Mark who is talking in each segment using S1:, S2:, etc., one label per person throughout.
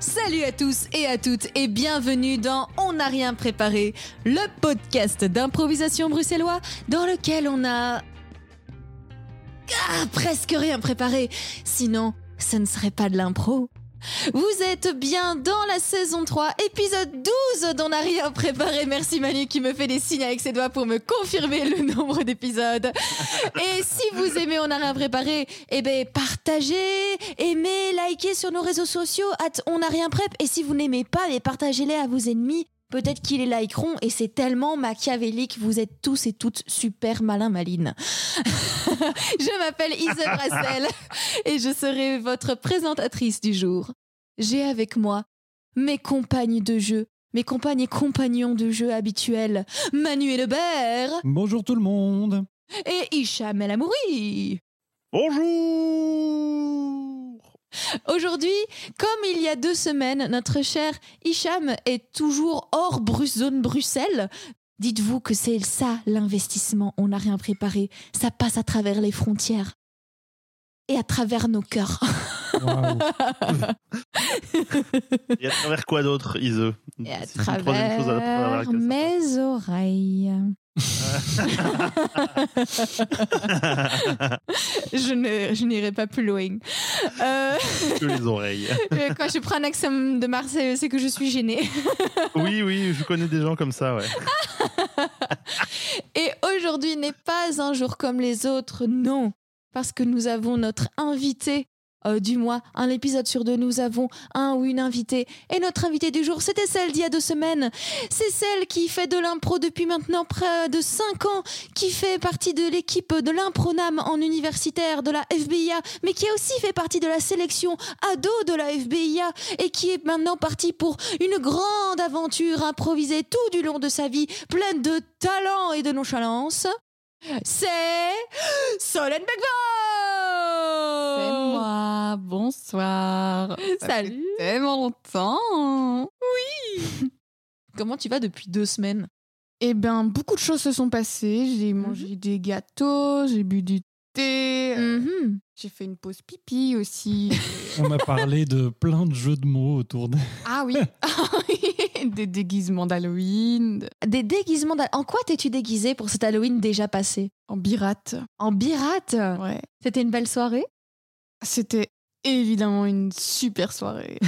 S1: Salut à tous et à toutes et bienvenue dans On n'a rien préparé, le podcast d'improvisation bruxellois dans lequel on a ah, presque rien préparé, sinon ce ne serait pas de l'impro. Vous êtes bien dans la saison 3, épisode 12 d'On n'a rien préparé. Merci Manu qui me fait des signes avec ses doigts pour me confirmer le nombre d'épisodes. Et si vous aimez On n'a rien préparé, eh ben partagez, aimez, likez sur nos réseaux sociaux, at On n'a rien prep. Et si vous n'aimez pas, eh, partagez-les à vos ennemis. Peut-être qu'ils les likeront et c'est tellement machiavélique, vous êtes tous et toutes super malins malines. je m'appelle Ise Brassel et je serai votre présentatrice du jour. J'ai avec moi mes compagnes de jeu, mes compagnes et compagnons de jeu habituels, Manuel Lebert
S2: Bonjour tout le monde.
S1: et Hicham El Amouri.
S3: Bonjour
S1: Aujourd'hui, comme il y a deux semaines, notre cher Hicham est toujours hors Bru- zone Bruxelles. Dites-vous que c'est ça l'investissement, on n'a rien préparé, ça passe à travers les frontières et à travers nos cœurs.
S3: Et à travers quoi d'autre, Ise
S1: Et à
S3: C'est une troisième
S1: travers
S3: chose à travers laquelle ça
S1: mes oreilles. je ne, je n'irai pas plus loin. Euh,
S3: passe que les oreilles.
S1: quand je prends un accent de Marseille, c'est que je suis gênée.
S3: Oui, oui, je connais des gens comme ça, ouais.
S1: Et aujourd'hui n'est pas un jour comme les autres, non, parce que nous avons notre invité. euh, du mois, un épisode sur deux, nous avons un ou une invitée. Et notre invitée du jour, c'était celle d'il y a deux semaines. C'est celle qui fait de l'impro depuis maintenant près de cinq ans, qui fait partie de l'équipe de l'impronam en universitaire de la FBIA, mais qui a aussi fait partie de la sélection ado de la FBIA et qui est maintenant partie pour une grande aventure improvisée tout du long de sa vie, pleine de talent et de nonchalance. C'est Solène
S4: C'est
S1: Becquevaux
S4: moi, bonsoir. Ça fait
S1: Salut.
S4: tellement longtemps.
S1: Comment tu vas depuis deux semaines
S4: Eh ben, beaucoup de choses se sont passées. J'ai mangé des gâteaux, j'ai bu du thé, euh,
S1: Mhm.
S4: j'ai fait une pause pipi aussi.
S2: On m'a parlé de plein de jeux de mots autour de...
S4: ah oui, des déguisements d'Halloween, de-
S1: Des déguisements. d'Hal- En quoi t'es-tu déguisée pour cet Halloween déjà passé
S4: en birate.
S1: En birate
S4: Ouais.
S1: C'était une belle soirée.
S4: C'était évidemment une super soirée.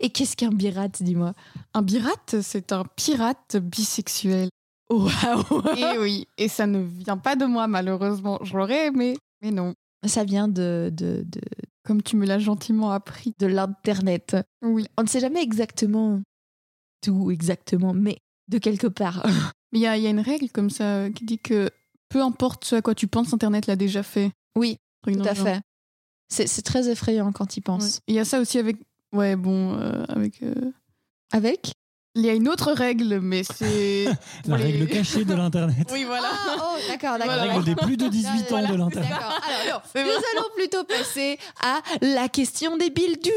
S1: Et qu'est-ce qu'un birate, dis-moi
S4: Un birate, c'est un pirate bisexuel.
S1: Waouh
S4: Et Eh oui, et ça ne vient pas de moi malheureusement. Je l'aurais aimé, mais non.
S1: Ça vient de, de, de,
S4: Comme tu me l'as gentiment appris.
S1: de l'Internet.
S4: Oui.
S1: On ne sait jamais exactement d'où exactement, mais de quelque part.
S4: Mais il y, a il y a une règle comme ça euh, qui dit que peu importe ce à quoi tu penses, Internet l'a déjà fait.
S1: Oui,
S4: Truc
S1: Tout
S4: dans
S1: à
S4: le genre.
S1: fait. C'est c'est très effrayant quand il
S4: Ouais.
S1: pense.
S4: Il y a ça aussi avec. Ouais, bon, euh, avec. euh,
S1: Avec
S4: Il y a une autre règle, mais c'est.
S2: La
S4: pour les-
S2: règle cachée de l'Internet.
S4: Oui, voilà.
S1: Ah, oh, d'accord,
S2: La
S1: d'accord.
S4: Voilà.
S2: règle des plus de 18 ans de l'Internet.
S1: D'accord. Alors,
S4: C'est
S1: nous
S4: bon.
S1: allons plutôt passer à la question débile du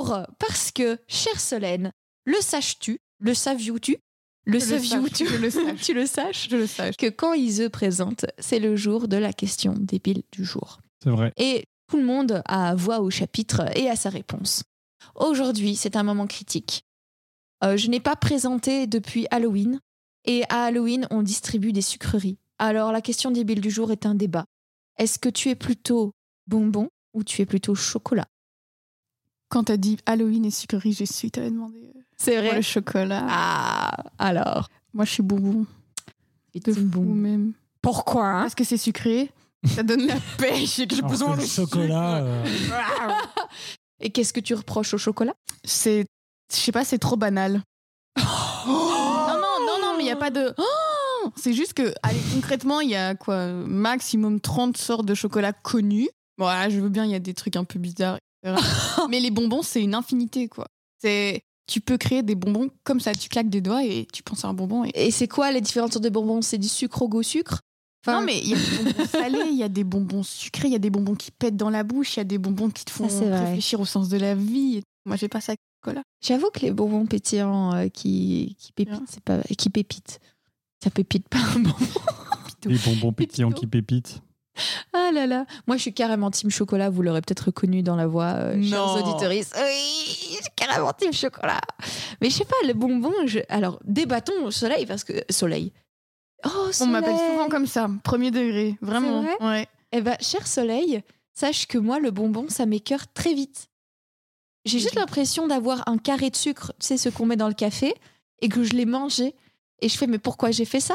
S1: jour. Parce que, chère Solène, le saches-tu Le savions-tu Le
S4: Je le
S1: savions-tu
S4: sache, je le sache.
S1: Tu le saches
S4: Je le sache.
S1: Que quand Ise présente, c'est le jour de la question débile du jour.
S2: C'est vrai.
S1: Et tout le monde a voix au chapitre et à sa réponse. Aujourd'hui, c'est un moment critique. Euh, je n'ai pas présenté depuis Halloween. Et à Halloween, on distribue des sucreries. Alors la question débile du jour est un débat. Est-ce que tu es plutôt bonbon ou tu es plutôt chocolat
S4: Quand t'as dit Halloween et sucrerie, j'ai su, t'avais demandé euh,
S1: C'est
S4: pour le chocolat.
S1: Ah, alors.
S4: Moi, je suis bonbon. De fou, même.
S1: Pourquoi hein
S4: Parce que c'est sucré. Ça donne la pêche et que j'ai
S2: Alors
S4: besoin
S2: que
S4: de
S2: le chocolat, euh,
S4: sucre.
S1: Et qu'est-ce que tu reproches au chocolat
S4: C'est. Je sais pas, c'est trop banal. Non, non, non, non, mais il n'y a pas de. Oh c'est juste que, allez, concrètement, il y a quoi Maximum 30 sortes de chocolat connus. Bon, voilà, je veux bien, il y a des trucs un peu bizarres. etc. mais les bonbons, c'est une infinité, quoi. C'est. Tu peux créer des bonbons comme ça, tu claques des doigts et tu penses à un bonbon. Et...
S1: Et c'est quoi les différentes sortes de bonbons C'est du sucre au goût sucre Enfin,
S4: non, mais il y a des bonbons salés, il y a des bonbons sucrés, il y a des bonbons qui pètent dans la bouche, il y a des bonbons qui te font
S1: c'est vrai.
S4: réfléchir au sens de la vie. Moi, j'ai pas ça avec le chocolat.
S1: J'avoue que les bonbons pétillants euh, qui, qui pépitent,
S4: Bien.
S1: c'est pas qui pépitent. Ça pépite pas un bonbon.
S2: des bonbons pétillants
S1: Pépito.
S2: qui pépitent.
S1: Ah là là. Moi, je suis carrément team chocolat. Vous l'aurez peut-être reconnu dans la voix, euh, chers
S4: Non.
S1: auditeuristes. Oui, je suis carrément team chocolat. Mais je sais pas, le bonbon. Je... Alors, débattons au soleil parce que soleil. Oh,
S4: On
S1: soleil.
S4: m'appelle souvent comme ça, premier degré, vraiment.
S1: C'est
S4: ouais.
S1: Eh ben, cher soleil, sache que moi, le bonbon, ça m'écœure très vite. J'ai juste
S4: Mhm.
S1: l'impression d'avoir un carré de sucre, tu sais, ce qu'on met dans le café, et que je l'ai mangé. Et je fais, mais pourquoi j'ai fait ça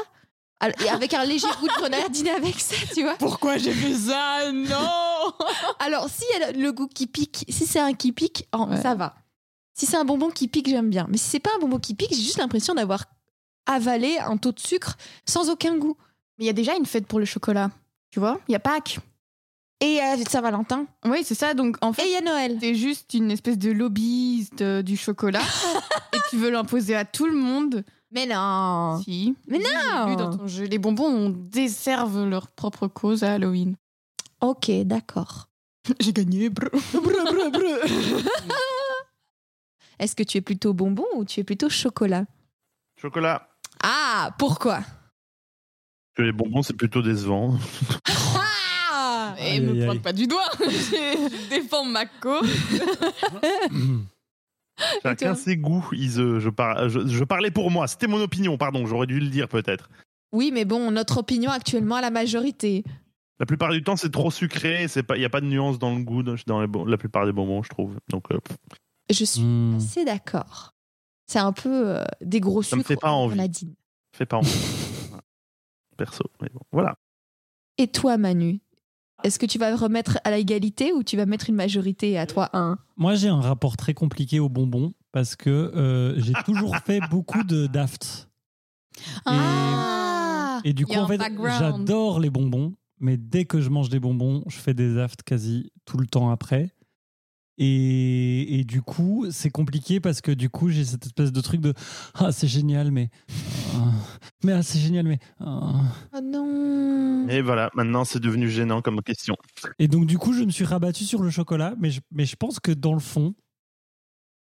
S1: Al- et Avec un léger goût de grenadine avec ça, tu vois.
S4: Pourquoi j'ai fait ça Non
S1: Alors, si elle a le goût qui pique, si c'est un qui pique, oh,
S4: Ouais.
S1: ça va. Si c'est un bonbon qui pique, j'aime bien. Mais si c'est pas un bonbon qui pique, j'ai juste l'impression d'avoir avalé un taux de sucre sans aucun goût.
S4: Mais il y a déjà une fête pour le chocolat, tu vois Il y a Pâques.
S1: Et euh, Saint-Valentin.
S4: Oui, c'est ça. Donc en
S1: Et il
S4: fait,
S1: y a Noël.
S4: t'es juste une espèce de lobbyiste euh, du chocolat et tu veux l'imposer à tout le monde.
S1: Mais non
S4: Si.
S1: Ah. Mais
S4: J'ai
S1: non
S4: vu dans ton jeu, les bonbons on desserve leur propre cause à Halloween.
S1: Ok, d'accord.
S4: J'ai gagné. brr, brr, brr, brr.
S1: Est-ce que tu es plutôt bonbon ou tu es plutôt chocolat
S3: Chocolat.
S1: Ah, pourquoi
S3: Que les bonbons, c'est plutôt décevant.
S1: Ah
S2: Aïe,
S4: Et me
S2: aïe,
S4: pointe
S2: aïe.
S4: pas du doigt. Je défends ma cause.
S1: toi
S3: Chacun ses goûts, Ise. Je, par- je- je parlais pour moi. C'était mon opinion, pardon. J'aurais dû le dire peut-être.
S1: Oui, mais bon, notre opinion actuellement à la majorité.
S3: La plupart du temps, c'est trop sucré. Il n'y a pas de nuance dans le goût, dans dans les bon- la plupart des bonbons, je trouve. Donc, euh, pff,
S1: Je suis
S2: Hmm.
S1: assez d'accord. C'est un peu euh, des gros
S3: Ça me
S1: sucres
S3: fait pas
S1: au
S3: envie.
S1: grenadine.
S3: fais pas envie. Voilà. Perso. Mais bon, voilà.
S1: Et toi, Manu Est-ce que tu vas remettre à l'égalité ou tu vas mettre une majorité à toi un
S2: Moi, j'ai un rapport très compliqué aux bonbons parce que euh, j'ai toujours fait beaucoup de daft. Et,
S4: Ah.
S2: et du
S4: Il y
S2: coup,
S4: a
S2: en
S4: un
S2: fait,
S4: background.
S2: j'adore les bonbons, mais dès que je mange des bonbons, je fais des aftes quasi tout le temps après. Et, et du coup, c'est compliqué parce que du coup, j'ai cette espèce de truc de ah c'est génial, mais ah, mais ah, c'est génial, mais ah.
S1: Oh non
S3: Et voilà, maintenant, c'est devenu gênant comme question.
S2: Et donc, du coup, je me suis rabattu sur le chocolat, mais je, mais je pense que dans le fond,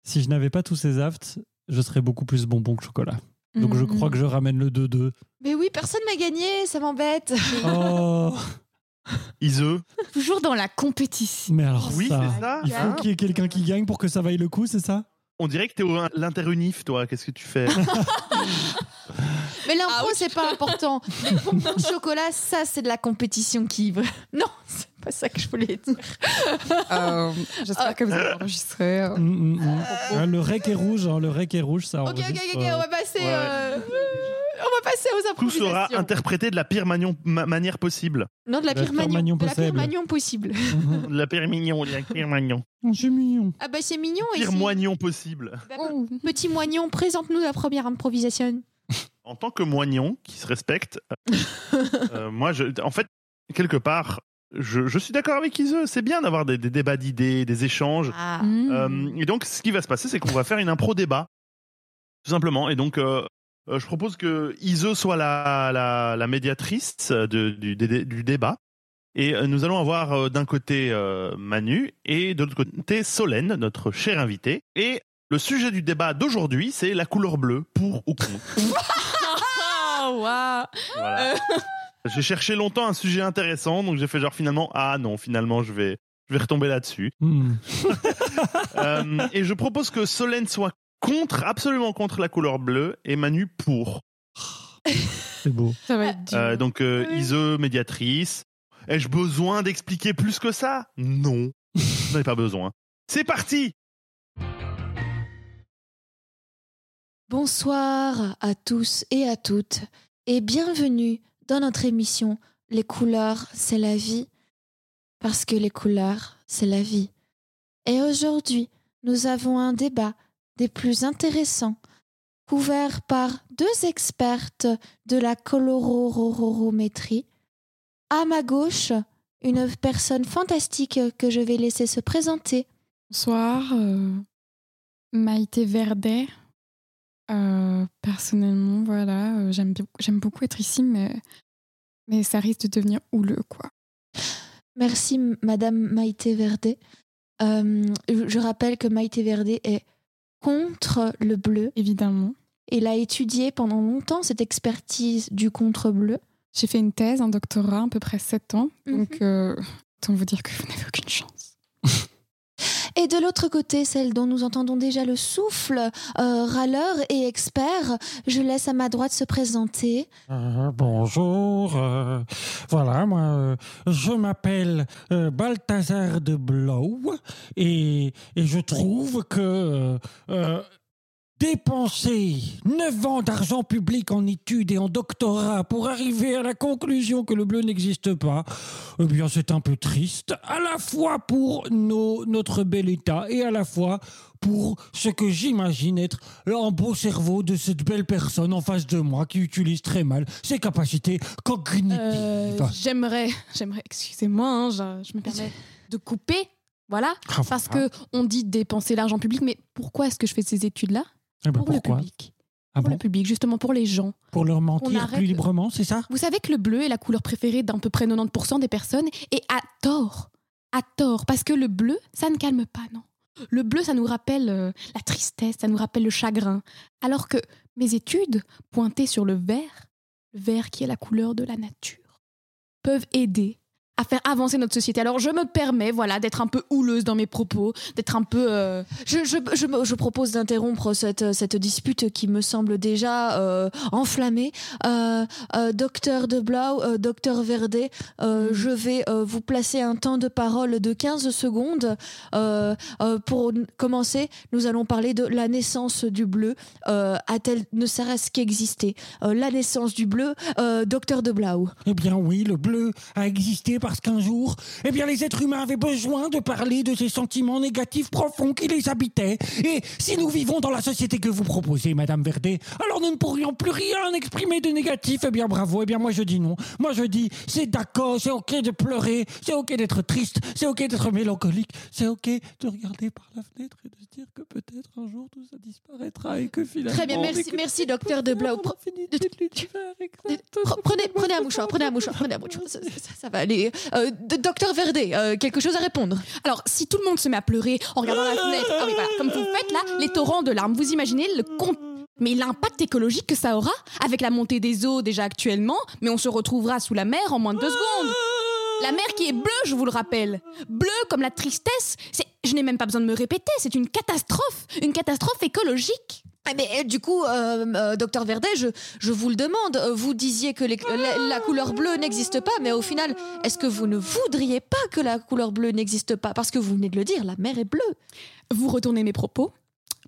S2: si je n'avais pas tous ces aftes, je serais beaucoup plus bonbon que chocolat. Donc, je
S4: Mhm.
S2: crois que je ramène le 2-2.
S1: Hmm. Mais oui, personne m'a gagné, ça m'embête
S2: Oh,
S3: Ise.
S4: Toujours dans la compétition.
S2: mais alors
S3: Oui,
S2: ça.
S3: c'est Oh, ça.
S2: Il faut
S1: Ah.
S3: hein.
S2: qu'il y ait quelqu'un qui gagne pour que ça vaille le coup, c'est ça
S3: On dirait que t'es au- l'interunif, toi. Qu'est-ce que tu fais
S1: Mais
S4: Ah
S1: l'info, c'est pas important. Mais le bonbon au chocolat, ça, c'est de la compétition qui ivre. Non, c'est pas ça que je voulais dire.
S4: Euh, J'espère que vous avez enregistré. euh.
S2: Mm, mm, mm. Ouais, Le rec est rouge, hein, le rec est rouge, ça
S1: Ok, ok,
S2: enregistre,
S1: ok, ok, on va passer,
S3: Ouais.
S1: euh, on va passer aux
S3: Tout
S1: improvisations.
S3: sera interprété de la pire manion- ma- manière possible.
S1: Non, de la
S2: La
S1: pire
S2: pire
S1: magnon,
S2: magnon
S1: de la pire
S2: possible.
S1: magnon possible.
S2: euh.
S3: De La pire mignon, de la pire magnon.
S2: Oh, C'est mignon.
S1: Ah bah c'est mignon. Et
S3: Pire
S1: c'est-
S3: moignon possible.
S1: Petit moignon, présente-nous la première improvisation.
S3: En tant que moignon qui se respecte, euh, moi, je, en fait, quelque part, je, je suis d'accord avec Ise. C'est bien d'avoir des, des débats d'idées, des échanges.
S1: Ah.
S4: hmm.
S3: Euh, et donc, ce qui va se passer, c'est qu'on va faire une impro débat, tout simplement. Et donc, euh, euh, je propose que Ise soit la, la, la médiatrice de- du, dé- du débat. Et euh, nous allons avoir euh, d'un côté euh, Manu et de l'autre côté Solène, notre chère invitée. Et le sujet du débat d'aujourd'hui, c'est la couleur bleue, pour ou contre.
S4: Ah, waouh
S3: Voilà. J'ai cherché longtemps un sujet intéressant, donc j'ai fait genre finalement, ah non, finalement, je vais, je vais retomber là-dessus.
S2: Mm.
S3: Euh, et je propose que Solène soit contre, absolument contre la couleur bleue, et Manu pour.
S2: C'est beau.
S4: Ça va être dur.
S3: Euh, donc euh,
S1: Oui.
S3: Ise, médiatrice. Ai-je besoin d'expliquer plus que ça Non. J'en ai pas besoin. C'est parti
S1: Bonsoir à tous et à toutes et bienvenue dans notre émission Les couleurs, c'est la vie parce que les couleurs, c'est la vie. Et aujourd'hui, nous avons un débat des plus intéressants couvert par deux expertes de la colororométrie. À ma gauche, une personne fantastique que je vais laisser se présenter.
S4: Bonsoir, euh, Maïté Verdet. Euh, personnellement, voilà, euh, j'aime bien- j'aime beaucoup être ici, mais, mais ça risque de devenir houleux, quoi.
S1: Merci, M- Madame Maïté Verdé. Euh, je je rappelle que Maïté Verdé est contre le bleu.
S4: Évidemment.
S1: Elle a étudié pendant longtemps cette expertise du contre bleu.
S5: J'ai fait une thèse, un doctorat, à peu près 7 ans.
S1: Mhm.
S5: Donc, euh, autant vous dire que vous n'avez aucune chance.
S1: Et de l'autre côté, celle dont nous entendons déjà le souffle, euh, râleur et expert, je laisse à ma droite se présenter.
S2: Euh, bonjour. euh, voilà, moi, euh, je m'appelle euh, Balthazar de Blow et, et je trouve que euh, euh, dépenser 9 ans d'argent public en études et en doctorat pour arriver à la conclusion que le bleu n'existe pas, eh bien, c'est un peu triste, à la fois pour nos, notre bel état et à la fois pour ce que j'imagine être un beau cerveau de cette belle personne en face de moi qui utilise très mal ses capacités cognitives.
S4: Euh, j'aimerais, j'aimerais, excusez-moi, hein, je, je me permets de couper. Voilà,
S2: Ah,
S4: parce
S2: voilà.
S4: que on dit dépenser l'argent public, mais pourquoi est-ce que je fais ces études-là
S2: Eh ben,
S4: Pour le
S2: pourquoi
S4: public.
S2: Ah
S4: pour
S2: bon
S4: le public, justement pour les gens.
S2: Pour leur
S4: On
S2: mentir
S4: arrête-
S2: plus librement, c'est ça
S4: Vous savez que le bleu est la couleur préférée d'à peu près 90% des personnes, et à tort. À tort, parce que le bleu, ça ne calme pas, non. Le bleu, ça nous rappelle euh, la tristesse, ça nous rappelle le chagrin. Alors que mes études, pointées sur le vert, le vert qui est la couleur de la nature, peuvent aider à faire avancer notre société. Alors je me permets, voilà, d'être un peu houleuse dans mes propos, d'être un peu... euh,
S1: Je, je, je, me- je propose d'interrompre cette, cette dispute qui me semble déjà euh, enflammée. Euh, euh, docteur De Blau, euh, docteur Verdet, euh,
S4: Mm.
S1: je vais euh, vous placer un temps de parole de 15 secondes. Euh, euh, pour n- commencer, nous allons parler de la naissance du bleu. Euh, A-t-elle ne serait-ce qu'exister Euh, La naissance du bleu, euh, docteur De Blau.
S2: Eh bien oui, le bleu a existé parce qu'un jour, eh bien les êtres humains avaient besoin de parler de ces sentiments négatifs profonds qui les habitaient. Et si nous vivons dans la société que vous proposez, Madame Verdet, alors nous ne pourrions plus rien exprimer de négatif. Eh bien bravo, eh bien moi je dis non. Moi je dis c'est d'accord, c'est ok de pleurer, c'est ok d'être triste, c'est ok d'être mélancolique, c'est ok de regarder par la fenêtre et de se dire que peut-être un jour tout ça disparaîtra et que finalement...
S1: Très bien, merci, merci docteur De Blau. Pre- pre- Prenez, prenez un mouchoir, prenez un mouchoir, prenez un mouchoir. Ça, ça- ça va aller. Euh, de- docteur Verdet, euh, quelque chose à répondre
S4: Alors, si tout le monde se met à pleurer en regardant la fenêtre, ah oui, voilà, comme vous faites là, les torrents de larmes, vous imaginez le compte. Mais l'impact écologique que ça aura avec la montée des eaux déjà actuellement, mais on se retrouvera sous la mer en moins de deux secondes. La mer qui est bleue, je vous le rappelle. Bleue comme la tristesse. C'est, je n'ai même pas besoin de me répéter, c'est une catastrophe. Une catastrophe écologique.
S1: Ah, Mais euh, du coup, euh, euh, docteur Verdet, je, je vous le demande, euh, vous disiez que les- la, la couleur bleue n'existe pas, mais au final, est-ce que vous ne voudriez pas que la couleur bleue n'existe pas Parce que vous venez de le dire, la mer est bleue.
S4: Vous retournez mes propos.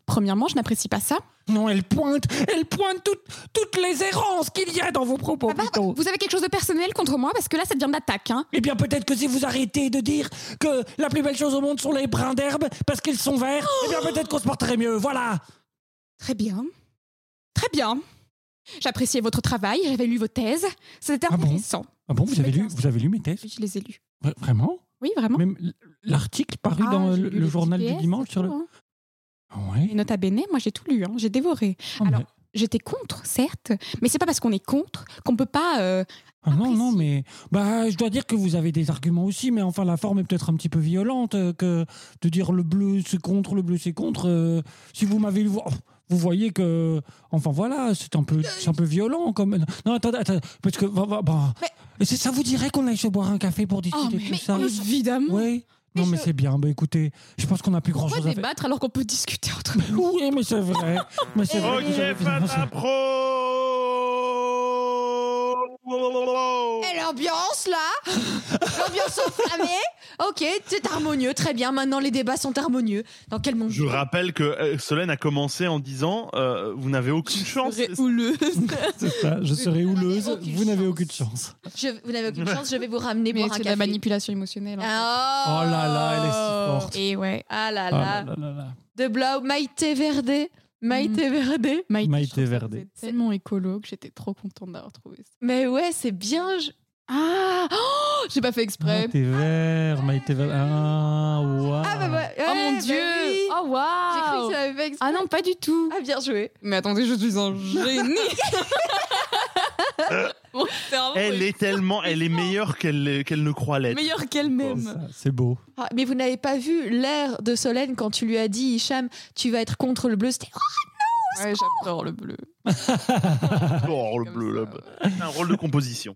S4: Premièrement, je n'apprécie pas ça.
S2: Non, elle pointe, elle pointe toutes, toutes les errances qu'il y a dans vos propos.
S1: Ah,
S4: Papa,
S2: plutôt.
S4: vous avez quelque chose de personnel contre moi parce que là, ça devient d'attaque. Hein.
S2: Eh bien, peut-être que si vous arrêtez de dire que la plus belle chose au monde sont les brins d'herbe parce qu'ils sont verts, eh bien, peut-être qu'on se porterait mieux. Voilà.
S4: Très bien. Très bien. J'appréciais votre travail, j'avais lu vos thèses. C'était
S2: Ah bon
S4: intéressant.
S2: Ah bon,
S4: vous avez lu- vous
S2: avez lu mes thèses
S4: Oui, Je les ai lues.
S2: Vraiment
S4: Oui, vraiment.
S2: Même l'article paru
S4: Ah, j'ai lu les TPS, c'est tout, hein.
S2: Ah Ouais.
S4: Et nota bene, moi j'ai tout lu, hein, j'ai dévoré. Alors, J'étais contre, certes, mais c'est pas parce qu'on est contre qu'on peut pas. euh,
S2: Ah non,
S4: Apprécie.
S2: non, mais bah, je dois dire que vous avez des arguments aussi, mais enfin, la forme est peut-être un petit peu violente euh, que de dire le bleu c'est contre, le bleu c'est contre. euh, si vous m'avez le vo- vous voyez que, enfin voilà, c'est un peu, c'est un peu violent comme. Non, attendez, attendez, parce que bah, bah, bah, c'est ça vous dirait qu'on aille se boire un café
S1: Oh,
S2: pour discuter de tout ça
S4: Oh, évidemment.
S2: Oui.
S4: Mais
S2: Non, mais
S4: je-
S2: c'est bien. Bah, écoutez, je pense qu'on n'a plus grand
S4: Pourquoi
S2: chose à faire.
S4: débattre alors qu'on peut discuter entre nous
S2: Oui, mais c'est vrai. mais c'est vrai que j'avais
S3: Ok,
S2: finalement-
S3: Fata Pro
S1: Et l'ambiance là L'ambiance enflammée Ok, c'est harmonieux, très bien, maintenant les débats sont harmonieux. Dans quel monde
S3: Je rappelle que euh, Solène a commencé en disant euh, Vous n'avez aucune chance.
S4: houleuse.
S6: C'est ça, je serai
S1: Vous n'avez
S6: houleuse,
S1: aucune
S6: vous n'avez
S1: chance.
S6: aucune chance.
S1: Je- Vous n'avez aucune chance, je vais vous ramener
S5: Mais
S1: boire un
S5: c'est de
S1: café.
S5: la manipulation émotionnelle. en fait.
S1: Ah.
S6: Oh là là, elle est si forte.
S4: Et ouais.
S1: Ah là
S6: Ah
S1: là.
S6: là là là.
S1: De Blau, Maïté Verdé.
S6: Mm.
S1: Maïté Verdé.
S5: Maïté,
S6: Maïté
S5: je trouve que
S6: Verdé.
S5: vous êtes tellement écolo que j'étais trop contente d'avoir trouvé ça.
S1: Mais ouais, c'est bien. je-
S5: Ah oh, J'ai pas fait
S4: Ah,
S5: exprès.
S6: Maïté vert, Maïté vert. Ah, waouh.
S1: Ah bah, bah,
S5: oh mon
S1: ouais,
S4: Eh,
S1: bah
S5: dieu
S1: oui.
S5: Oh
S1: J'ai cru
S5: waouh
S1: que ça avait fait exprès.
S5: Ah non, pas du tout
S1: Ah, bien joué.
S5: Mais attendez, je suis un génie Mon cerveau
S3: Elle est tellement. Elle est meilleure qu'elle l'est- qu'elle ne croit l'être.
S5: meilleur
S6: Oh,
S5: qu'elle-même
S6: ça, C'est beau.
S1: Ah, mais vous n'avez pas vu l'air de Solène quand tu lui as dit, Hicham, tu vas être contre le bleu. C'était
S5: Ouais, j'adore le bleu.
S3: Oh, le bleu, là. C'est un rôle de composition.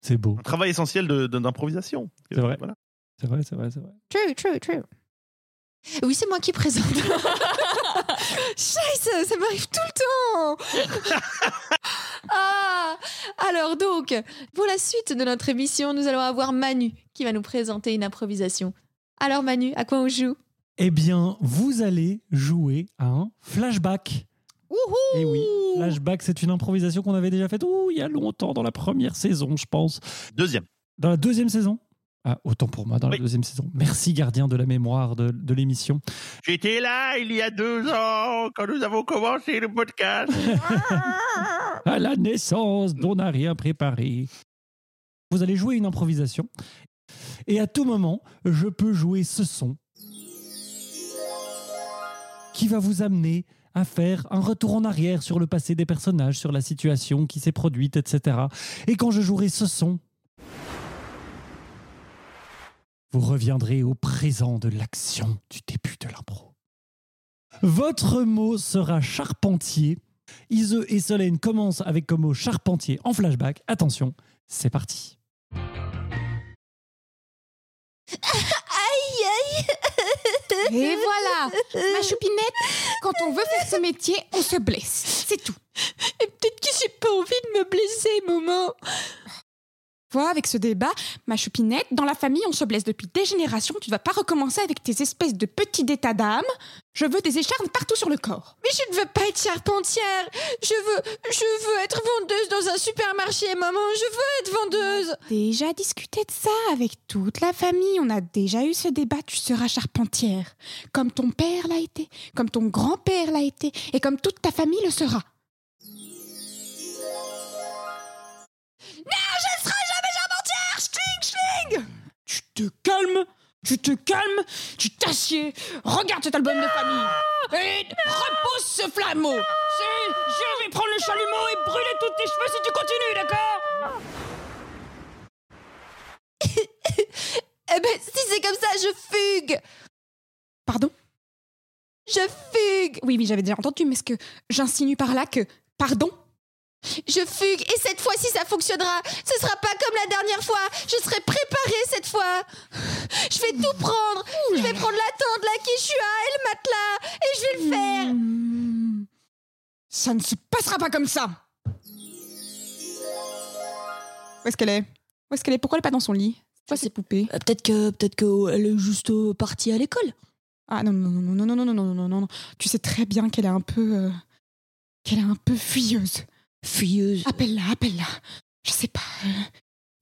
S2: C'est beau.
S3: Un travail essentiel de- de- d'improvisation.
S2: C'est vrai.
S3: Voilà.
S2: C'est vrai, c'est vrai, c'est vrai.
S1: True, true, true. Oui, c'est moi qui présente. Scheiße, ça m'arrive tout le temps. ah, alors donc, pour la suite de notre émission, nous allons avoir Manu qui va nous présenter une improvisation. Alors Manu, à quoi on joue
S2: Eh bien, vous allez jouer à un flashback. Et Eh oui, flashback, c'est une improvisation qu'on avait déjà faite ouh, il y a longtemps, dans la première saison, je pense.
S3: Deuxième.
S2: Dans la deuxième saison Ah, autant pour moi, dans
S3: Oui.
S2: la deuxième saison. Merci, gardien de la mémoire de, de l'émission.
S3: J'étais là il y a deux ans quand nous avons commencé le podcast.
S2: À la naissance, on n'a rien préparé. Vous allez jouer une improvisation. Et à tout moment, je peux jouer ce son qui va vous amener à faire un retour en arrière sur le passé des personnages, sur la situation qui s'est produite, etc. Et quand je jouerai ce son, vous reviendrez au présent de l'action du début de l'impro. Votre mot sera charpentier Ise et Solène commencent avec comme mot charpentier en flashback. Attention, c'est parti.
S7: Et voilà,
S1: Eh,
S7: ma choupinette, quand on veut faire ce métier, on se blesse. C'est tout.
S1: Et peut-être que j'ai pas envie de me blesser, maman.
S4: Vois, avec ce débat, ma choupinette, dans la famille, on se blesse depuis des générations. Tu ne vas pas recommencer avec tes espèces de petits états d'âme. Je veux des écharpes partout sur le corps.
S1: Mais je ne veux pas être charpentière. Je veux, je veux être vendeuse dans un supermarché, maman. Je veux être vendeuse.
S4: Déjà discuté de ça avec toute la famille. On a déjà eu ce débat. Tu seras charpentière. Comme ton père l'a été, comme ton grand-père l'a été, et comme toute ta famille le sera.
S8: Tu te calmes Tu te calmes Tu t'assieds Regarde cet album de famille Et repose ce flambeau C'est- Je vais prendre le chalumeau et brûler tous tes cheveux si tu continues, d'accord
S1: Eh ben, si c'est comme ça, je fugue.
S4: Pardon
S1: Je fugue.
S4: Oui, oui, j'avais déjà entendu, mais est-ce que j'insinue par là que. Pardon
S1: Je fugue. Et cette fois-ci, ça fonctionnera. Ce sera pas comme la dernière fois. Je serai préparée cette fois. Je vais tout prendre. Je vais prendre la tente, la quichua et le matelas. Et je vais le faire.
S4: Hmm. Ça ne se passera pas comme ça
S7: Où est-ce qu'elle est Où est-ce qu'elle est Pourquoi elle est pas dans son lit Pourquoi
S1: Je
S7: cette poupée
S1: Euh, peut-être que, peut-être qu'elle est juste euh, partie à l'école.
S4: Ah non, non, non, non, non, non, non, non, non, non, non. Tu sais très bien qu'elle est un peu. euh, qu'elle est un peu fuyeuse.
S1: Fuyeuse.
S4: Appelle-la, appelle-la. Je sais pas.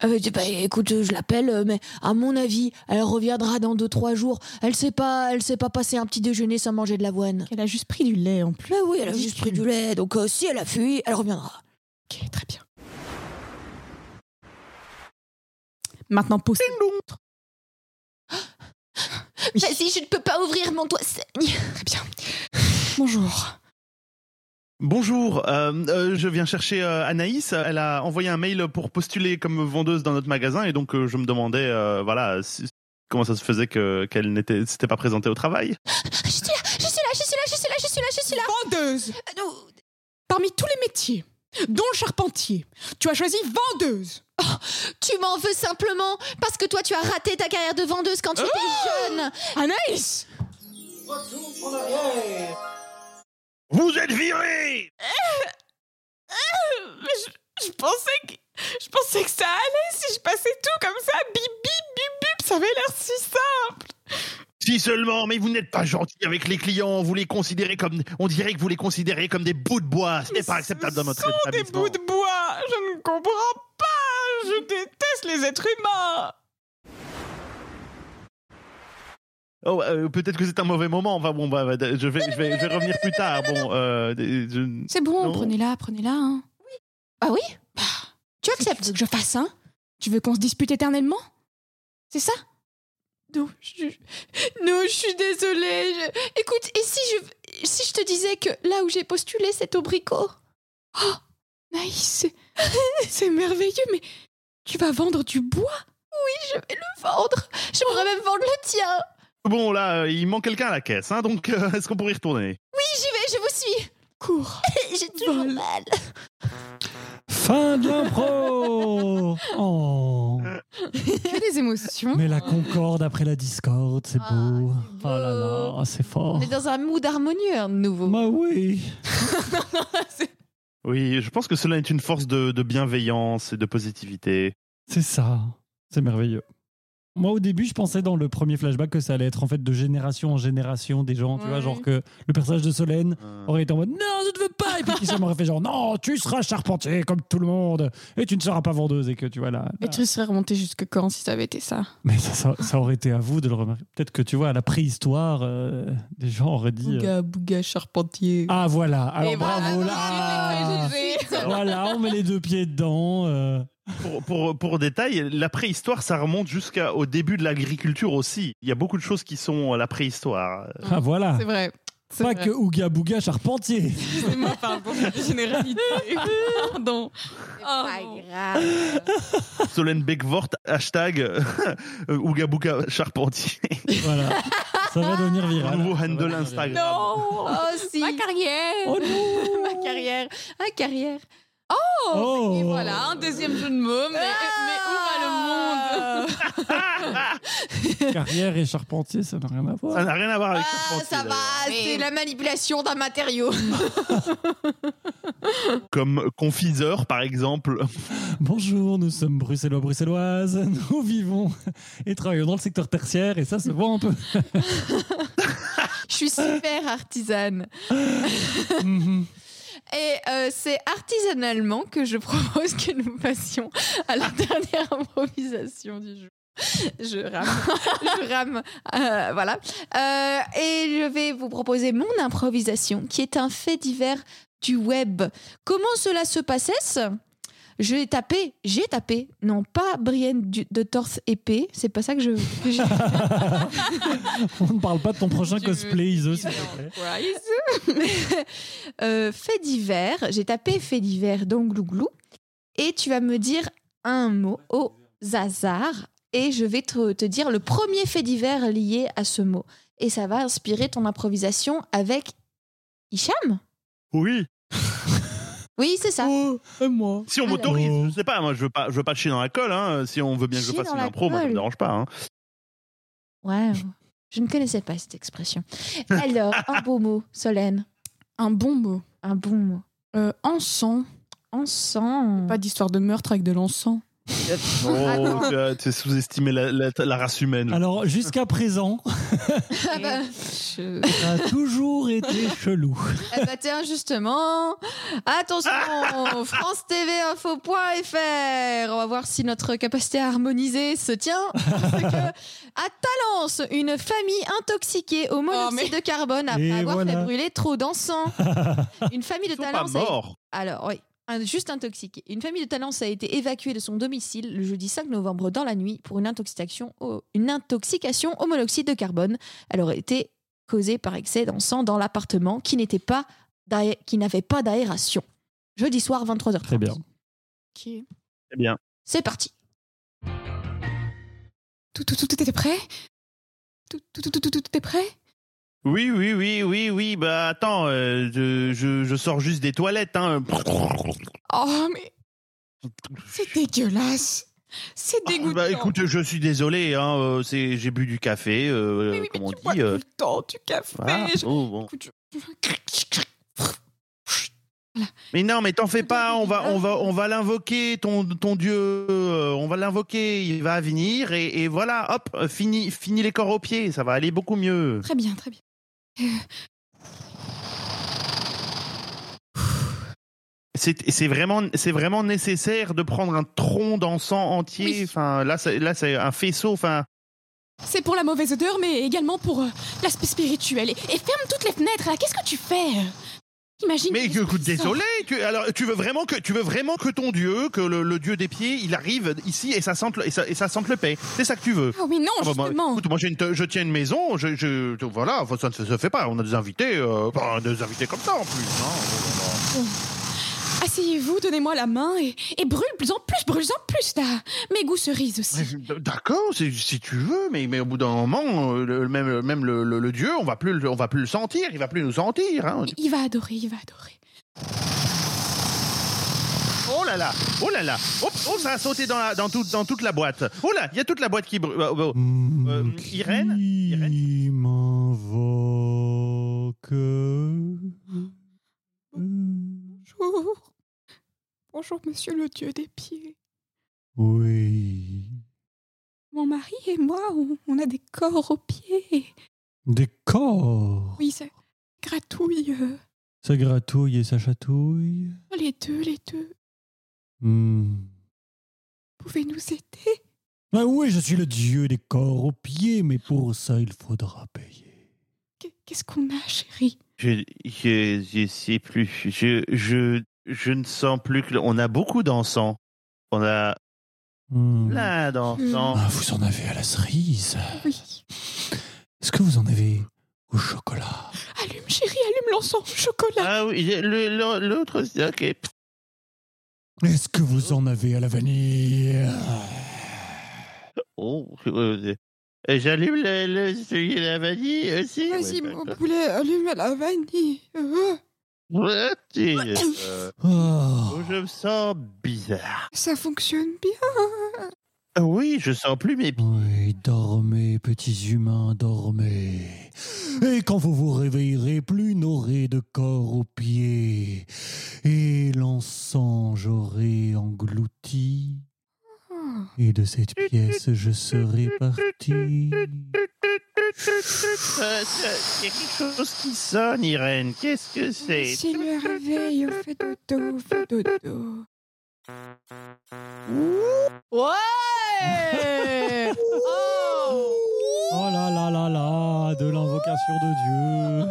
S1: Euh, bah, écoute, euh, je l'appelle, euh, mais à mon avis, elle reviendra dans deux trois jours. Elle sait pas, elle sait pas passer un petit déjeuner sans manger de l'avoine.
S7: Elle a juste pris du lait en plus.
S1: Là Bah oui, elle a juste pris du lait, donc euh, si elle a fui, elle reviendra.
S4: Ok, très bien.
S7: Maintenant, pose.
S1: Vas-y, je ne peux pas ouvrir mon toit. saigne.
S4: Très bien. Bonjour.
S3: Bonjour, euh, euh, je viens chercher euh, Anaïs. Elle a envoyé un mail pour postuler comme vendeuse dans notre magasin et donc euh, je me demandais, euh, voilà, si- comment ça se faisait que qu'elle n'était s'était pas présentée au travail.
S1: Je suis là, je suis là, je suis là, je suis là, je suis là, je suis là.
S4: Vendeuse
S1: Euh, non,
S4: Parmi tous les métiers, dont le charpentier, tu as choisi vendeuse
S1: tu m'en veux simplement parce que toi, tu as raté ta carrière de vendeuse quand tu étais jeune.
S4: Anaïs
S3: Vous êtes viré
S4: Je pensais que. Je pensais que ça allait si je passais tout comme ça, bip bip bip bip, ça avait l'air si simple.
S3: Si seulement, mais vous n'êtes pas gentil avec les clients. Vous les considérez comme, on dirait que vous les considérez comme des bouts de bois. Ce n'est pas acceptable dans notre
S4: des
S3: établissement.
S4: bouts de bois. Je ne comprends pas. Je déteste les êtres humains.
S3: Oh, euh, peut-être que c'est un mauvais moment. Enfin bon, bah, bah, je vais, je vais, je vais revenir plus tard. Bon, euh, je-
S4: C'est bon,
S3: Non.
S4: prenez-la, prenez-la. Hein.
S1: Bah oui.
S4: Bah,
S1: Tu
S4: qu'est-ce que tu veux que je fasse, hein Tu veux qu'on se dispute éternellement C'est ça
S1: Non, je, non, je suis désolée. Je- Écoute, et si je, si je te disais que là où j'ai postulé, c'est au bricot
S4: Naïs, c'est- c'est merveilleux, mais tu vas vendre du bois
S1: Je vais le vendre. J'aimerais même vendre le tien.
S3: Bon, là, euh, il manque quelqu'un à la caisse, hein, donc euh, est-ce qu'on pourrait y retourner
S1: J'y vais, je vous suis.
S4: Cours
S1: Bah, J'ai toujours mal.
S2: Fin de l'impro Oh, oh.
S4: Que des émotions.
S2: Mais la concorde après la discorde, c'est
S1: Ah,
S2: beau.
S1: c'est
S2: Oh
S1: beau.
S2: là là, oh, c'est fort.
S1: On est dans un mood harmonieux hein, de nouveau.
S2: Bah oui.
S3: Oui, je pense que cela est une force de, de bienveillance et de positivité.
S2: C'est ça. C'est merveilleux. Moi, au début, je pensais dans le premier flashback que ça allait être en fait de génération en génération des gens, tu vois,
S4: Ouais.
S2: genre que le personnage de Solène
S3: Euh,
S2: aurait été en mode non, je ne veux pas, et puis qui m'aurait fait genre non, tu seras charpentier comme tout le monde et tu ne seras pas vendeuse et que tu vois là.
S4: Et tu serais remonté jusque quand si ça avait été ça
S2: Mais ça, ça, ça aurait été à vous de le remarquer. Peut-être que tu vois, à la préhistoire, euh, des gens auraient dit euh,
S4: Bouga, bouga, charpentier.
S2: ah voilà, alors
S4: Et voilà,
S2: bravo
S4: tout de
S2: là.
S4: suite, les préjugés.
S2: Voilà, on met les deux pieds dedans. euh.
S3: Pour, pour, pour détail, la préhistoire, ça remonte jusqu'au début de l'agriculture aussi. Il y a beaucoup de choses qui sont à la préhistoire.
S2: Ah voilà.
S4: C'est vrai. C'est
S2: Pas
S4: vrai.
S2: que Ouga Bouga Charpentier.
S4: Excusez-moi, pardon. Généralité. Pardon.
S1: Oh.
S7: Pas grave.
S3: Solène Beckvort, hashtag euh, Ougabuga Charpentier.
S2: Voilà. Ça va devenir viral.
S3: Nouveau
S2: Ça va
S3: handle
S2: devenir
S3: Instagram.
S1: Oh, si. Ma carrière.
S2: viral. Oh
S1: Ma carrière. Ma carrière.
S2: non
S4: Et
S2: Oh.
S4: voilà, un deuxième jeu de mots, mais, mais où va le monde
S2: Carrière et Charpentier, ça n'a rien à voir.
S3: Ça n'a rien à voir avec
S1: Ah,
S3: Charpentier.
S1: ça va,
S3: d'ailleurs.
S1: c'est la manipulation d'un matériau.
S3: Comme confiseur, par exemple.
S2: Bonjour, nous sommes bruxellois, bruxelloises. Nous vivons et travaillons dans le secteur tertiaire et ça se voit un peu.
S1: Je suis super artisane.
S2: Mhm.
S1: Et euh, c'est artisanalement que je propose que nous passions à la dernière improvisation du jour. Je rame, je rame, euh, voilà. Euh, et je vais vous proposer mon improvisation, qui est un fait divers du web. Comment cela se passait-ce J'ai tapé, j'ai tapé, non pas Brienne du- de torse épée, c'est pas ça que je. que j'ai-
S2: On ne parle pas de ton prochain
S4: Tu
S2: cosplay, Iso,
S4: veux-
S2: s'il te plaît.
S1: Euh, fait divers, j'ai tapé fait divers dans Glouglou, et tu vas me dire un mot au hasard, et je vais te, te dire le premier fait divers lié à ce mot. Et ça va inspirer ton improvisation avec Hicham
S3: Oui.
S1: Oui, c'est ça.
S2: moi.
S3: Si on
S1: Ah,
S3: m'autorise,
S2: là.
S3: je sais pas, moi je veux pas, je veux pas chier dans la colle. hein. Si on veut bien que je
S1: Chier
S3: fasse
S1: dans
S3: une
S1: la
S3: impro, moi ça me
S1: colle.
S3: dérange pas. hein.
S1: Ouais, je ne connaissais pas cette expression. Alors, un beau mot, Solène.
S4: Un bon mot.
S1: Un bon mot.
S4: Euh, encens.
S1: Ensemble.
S4: Pas d'histoire de meurtre avec de l'encens.
S3: Oh, tu as- tu as sous-estimé la, la- la race humaine.
S7: Ah,
S2: Alors, jusqu'à présent,
S1: Ah bah,
S4: Je-
S2: ça a toujours été chelou.
S1: Eh bah, tiens, justement, attention, France TV Info.fr. On va voir si notre capacité à harmoniser se tient. Parce que, à Talence, une famille intoxiquée au monoxyde
S4: mais-
S1: de carbone après
S2: Et
S1: avoir fait
S2: voilà.
S1: brûler trop d'encens. Une famille de
S3: Ils sont pas
S1: Talence. a-
S3: morts.
S1: Alors, oui. un- Juste intoxiquée. Une famille de Talence a été évacuée de son domicile le jeudi 5 novembre dans la nuit pour une intoxication au, une intoxication au monoxyde de carbone. Elle aurait été causée par excès d'encens dans l'appartement qui n'était pas d'aé- qui n'avait pas d'aération. Jeudi soir 23h30.
S2: Très bien.
S3: Eh bien,
S1: C'est parti.
S7: Tout, tout, tout, tout est prêt tout, tout, tout, tout, tout, tout est prêt
S3: oui, oui, oui, oui, oui. Bah attends, euh, je, je- je sors juste des toilettes. Hein.
S7: Oh, mais c'est dégueulasse C'est dégoûtant
S3: Bah écoute, je suis désolé. Hein, euh, c'est, j'ai bu du café, euh,
S7: mais, oui, mais
S3: comme on
S7: tu bois
S3: dit. euh,
S7: tout le temps du café
S3: voilà.
S7: je-
S3: Oh, bon.
S7: Cric-cric-cric.
S3: Mais non, mais t'en fais pas. On va, on va, on va l'invoquer, ton, ton dieu. euh, on va l'invoquer. Il va venir et, et voilà. Hop, euh, fini, fini les corps aux pieds. Ça va aller beaucoup mieux.
S7: Très bien, très bien.
S3: C'est c'est vraiment, c'est vraiment nécessaire de prendre un tronc d'encens entier.
S7: Oui.
S3: Enfin, là, c'est- là, c'est un faisceau. Enfin,
S7: C'est pour la mauvaise odeur, mais également pour euh, l'aspect spirituel. Et, et ferme toutes les fenêtres, là. Qu'est-ce que tu fais euh? Imagine.
S3: mais
S7: que l'esprit
S3: écoute,
S7: sort.
S3: désolé. Tu, alors, tu veux vraiment que, tu veux vraiment que ton dieu, que le, le dieu des pieds, il arrive ici et ça sente, le- et ça, et ça sente le paix. C'est ça que tu veux.
S7: Ah oui, non,
S3: Ah bah, bah,
S7: justement.
S3: écoute, moi j'ai une te- je tiens une maison, je, je- voilà, enfin, ça ne se fait pas. On a des invités, euh, bah, des invités comme ça en plus. hein.
S7: Asseyez-vous, donnez-moi la main et, et brûle plus en plus, brûle en plus, là. Mes goûts cerises aussi.
S3: Ouais, D'accord, si, si tu veux, mais, mais au bout d'un moment, euh, le, même, même le, le- le dieu, on va plus, le- on va plus le sentir, il va plus nous sentir. hein.
S7: Il va adorer, il va adorer.
S9: Oh
S3: là là, oh là là, hop, oh, ça a sauté dans, la, dans, tout- dans toute la boîte. Oh là, il y a toute la boîte qui brûle. Oh, oh. Euh, Irène Irène
S2: Qui m'invoque
S7: Bonjour. Bonjour, monsieur le dieu des pieds.
S2: Oui.
S7: Mon mari et moi, on, on a des corps aux pieds.
S2: Des corps.
S7: Oui, ça gratouille. euh,
S2: Ça gratouille et ça chatouille.
S7: Les deux, les deux.
S2: Hmm.
S7: Pouvez nous aider
S2: Ah oui, je suis le dieu des corps aux pieds, mais pour ça, il faudra payer.
S7: Qu'est- Qu'est-ce qu'on a, chérie
S3: Je, je, je sais plus. Je, je, je ne sens plus que. On a beaucoup d'encens. On a
S2: Hmm.
S3: plein d'encens.
S2: Ah, vous en avez à la cerise.
S7: Oui.
S2: Est-ce que vous en avez au chocolat
S7: Allume, chérie, allume l'encens au chocolat.
S3: Ah oui, le- le- l'autre, c'est- ok.
S2: Est-ce que vous en avez à la vanille
S3: Oh, euh, euh, j'allume le, le, celui de la vanille
S2: Ah,
S3: aussi.
S7: Vas-y,
S3: Ouais,
S7: mon
S3: bah,
S7: poulet, allume la vanille. Euh,
S3: bah, ouais, petit, euh,
S2: Oh.
S3: oh, je me sens bizarre.
S7: ça fonctionne bien.
S3: Ah Oui, je sens plus mes pieds.
S2: Oui, dormez, petits humains, dormez. Et quand vous vous réveillerez, plus n'aurez de corps aux pieds. Et l'encens, j'aurai englouti. Et de cette pièce, je serai parti.
S3: Euh, ça- Il y a quelque chose qui sonne, Irène. Qu'est-ce que c'est
S7: C'est le réveil, on fait dodo, fait dodo.
S1: Ouais Oh
S2: Oh là là là là, de l'invocation de Dieu.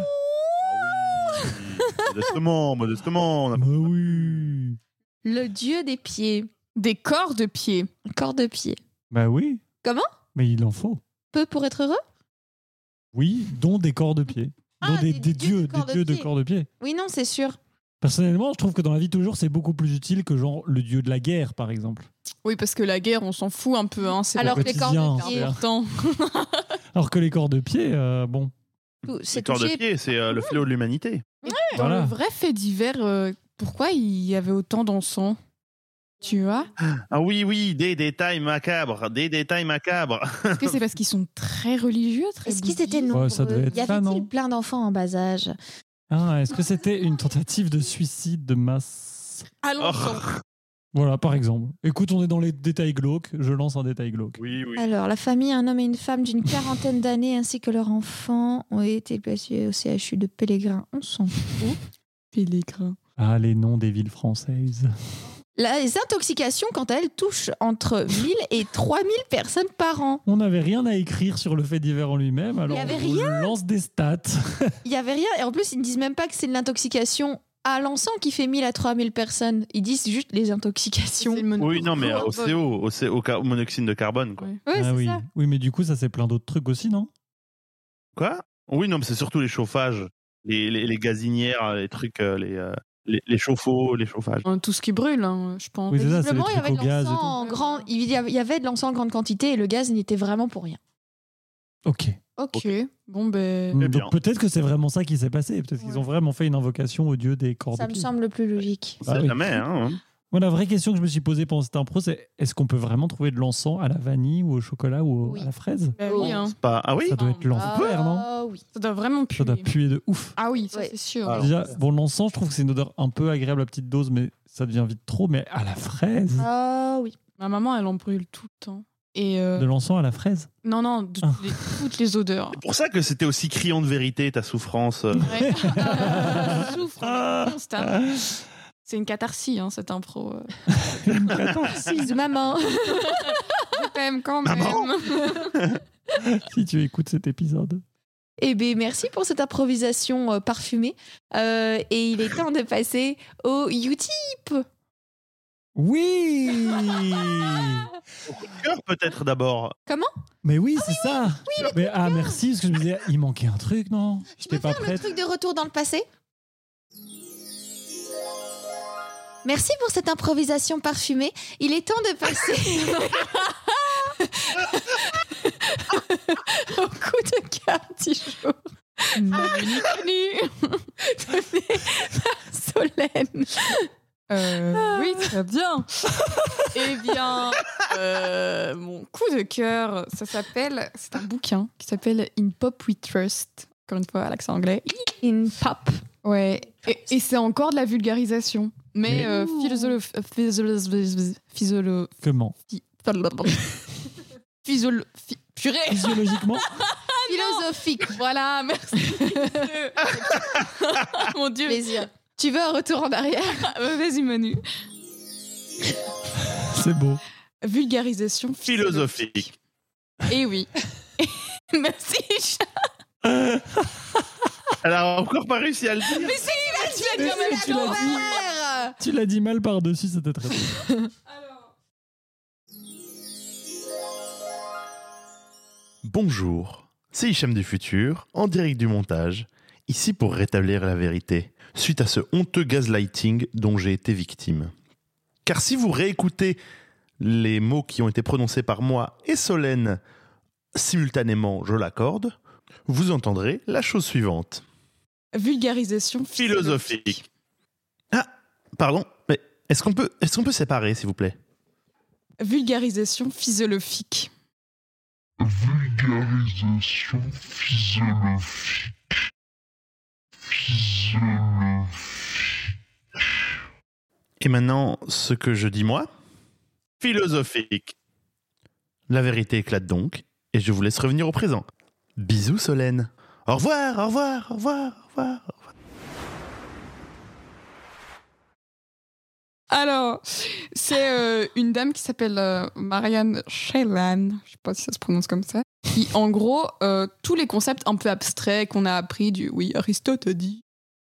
S3: Ah Modestement, modestement. on a-
S2: Mais Bah oui.
S1: Le dieu des pieds.
S4: Des corps de pied.
S1: Corps de pied.
S2: Bah oui.
S1: Comment
S2: Mais il en faut.
S1: Peu pour être heureux
S2: Oui, dont des corps de pied.
S1: Ah,
S2: dont des,
S1: des-
S2: des
S1: des dieux
S2: dieux,
S1: de
S2: des
S1: corps de
S2: dieux de
S1: pied.
S2: corps de pied.
S1: Oui, non, c'est sûr.
S2: Personnellement, je trouve que dans la vie toujours, c'est beaucoup plus utile que genre le dieu de la guerre, par exemple.
S4: Oui, parce que la guerre, on s'en fout un peu. Hein, c'est
S1: Alors
S2: Au
S1: que les corps de
S2: quotidien,
S1: pied,
S2: hein.
S4: important.
S2: Alors que les corps de pied, euh, bon,
S1: Tout- C'est
S3: C'est corps de
S1: touché.
S3: pied, c'est euh, le fléau de l'humanité.
S4: Dans
S2: voilà.
S4: le vrai fait divers, euh, pourquoi il y avait autant d'encens Tu vois
S3: Ah oui, oui, des détails macabres, des détails macabres.
S4: Est-ce que c'est parce qu'ils sont très religieux, très
S1: Est-ce qu'ils étaient
S4: bouddhistes
S1: nombreux
S2: Ouais, ça devait être
S1: Y
S2: ça, non
S1: avait-il plein d'enfants en bas âge
S2: Ah, Est-ce que c'était une tentative de suicide de masse
S4: Ah,
S3: Oh.
S2: Voilà, par exemple. Écoute, on est dans les détails glauques. Je lance un détail glauque.
S3: Oui, oui.
S1: Alors, la famille, un homme et une femme d'une quarantaine d'années ainsi que leur enfant ont été placés au CHU de Pellegrin. On s'en fout.
S4: Pélégrins.
S2: Ah, les noms des villes françaises.
S1: Là, les intoxications, quant à elles, touchent entre 1000 et 3000 personnes par an.
S2: On n'avait rien à écrire sur le fait divers en lui-même, alors
S1: avait
S2: on lance des stats.
S1: Il y avait rien. Et en plus, ils ne disent même pas que c'est de l'intoxication à l'encens qui fait 1000 à 3000 personnes. Ils disent juste les intoxications.
S4: C'est le monopole.
S3: Oui, non, mais euh, au CO, au, CO, au ca- au monoxyde de carbone, quoi.
S1: Ouais,
S2: Ah
S1: c'est
S2: oui.
S1: ça.
S2: oui, mais du coup, ça c'est plein d'autres trucs aussi, non
S3: Quoi Oui, non, mais c'est surtout les chauffages, les, les, les gazinières, les trucs, euh, les, euh, les, les chauffe-eau, les chauffages.
S4: Euh, Tout ce qui brûle, hein, je pense.
S2: Oui, c'est ça, c'est les
S1: Visiblement, il y
S2: trucs
S1: avait
S2: au
S1: de
S2: gaz. et
S1: l'encens en
S4: tout.
S1: grande. Il y avait- il y avait de l'encens en grande quantité et le gaz n'y était vraiment pour rien.
S2: tout. Ok.
S4: Ok, bon ben...
S3: Eh bien.
S2: Donc peut-être que c'est vraiment ça qui s'est passé. Peut-être qu'ils ont vraiment fait une invocation au dieu des corps
S1: Ça
S2: de
S1: me
S2: pied.
S1: semble le plus logique.
S2: Bah
S3: C'est
S2: oui.
S3: jamais, hein.
S2: Moi, la vraie question que je me suis posée pendant cette impro, c'est est-ce qu'on peut vraiment trouver de l'encens à la vanille ou au chocolat ou au-
S1: Oui.
S2: à la fraise
S4: Bah
S1: Oh.
S4: oui, hein.
S3: C'est pas... Ah oui
S2: Ça doit être l'enfer, non
S1: Ah oui.
S4: ça doit vraiment
S2: Ça
S4: puer.
S2: doit puer de ouf.
S4: Ah oui, ça
S1: Ouais.
S4: c'est sûr.
S3: Ah,
S2: Déjà, bon, l'encens, je trouve que c'est une odeur un peu agréable à petite dose, mais ça devient vite trop. Mais à la fraise
S1: Ah oui.
S4: Ma maman, elle en brûle tout le temps. Et euh,
S2: De l'encens à la fraise
S4: non, non, de-
S2: Ah.
S4: les- toutes les odeurs.
S3: C'est pour ça que c'était aussi criant de vérité, ta souffrance. euh.
S4: Ouais. Je souffre
S2: Ah. Ah
S4: constamment. C'est une catharsis, hein, cette impro. euh.
S1: Six maman.
S4: Quand même, quand
S3: Maman.
S4: même.
S2: Si tu écoutes cet épisode.
S1: Eh bien, merci pour cette improvisation euh, parfumée. Euh, et il est temps de passer au Youti.
S2: Oui
S3: Au coup de cœur, peut-être d'abord.
S2: Mais oui, c'est ça mais, Ah, merci, parce que je me disais, il manquait un truc, non
S1: Je
S2: J'étais
S1: peux
S2: pas
S1: faire le
S2: prête.
S1: truc de retour dans le passé Merci pour cette improvisation parfumée. Il est temps de passer au coup de cœur du jour.
S4: Monique Nue.
S1: Solène.
S2: Ah.
S4: Euh, oui, très bien. eh bien, euh, mon coup de cœur, ça s'appelle. C'est un bouquin qui s'appelle In Pop We Trust. Encore une fois, à l'accent anglais.
S7: In pop.
S4: Ouais. Et, et c'est encore de la vulgarisation. Mais,
S2: Mais-
S4: euh, philosophe- philosophe- philosophe-
S2: Comment
S4: philosophe- phi- purée. ah
S2: Physiologiquement
S1: Philosophique.
S4: Voilà, merci. Mon Dieu. Ah, bah,
S1: Plaisir. Tu veux un retour en arrière
S4: Vas-y, Manu.
S2: C'est beau.
S4: Vulgarisation
S3: Philosophique.
S4: Eh oui. merci, Charles.
S3: Elle a encore pas réussi à le dire.
S4: Tu l'as dit en même
S2: Tu
S4: temps.
S2: l'as dit, tu l'as dit mal par-dessus, c'était très bien.
S3: Bonjour, c'est Hicham du futur, en direct du montage, ici pour rétablir la vérité, suite à ce honteux gaslighting dont j'ai été victime. Car si vous réécoutez les mots qui ont été prononcés par moi et Solène simultanément, je l'accorde, vous entendrez la chose suivante.
S4: Vulgarisation
S3: Philosophique. Ah, pardon, mais est-ce qu'on peut, est qu'on peut séparer, s'il vous plaît
S4: Vulgarisation physiologique.
S10: Vulgarisation physiologique. Physiologique.
S3: Et maintenant, ce que je dis moi Philosophique. La vérité éclate donc, et je vous laisse revenir au présent. Bisous Solène. Au revoir, au revoir, au revoir, au revoir.
S4: Alors, c'est euh, une dame qui s'appelle euh, Marianne Shailan, je sais pas si ça se prononce comme ça, qui en gros, euh, tous les concepts un peu abstraits qu'on a appris du oui, Aristote a dit.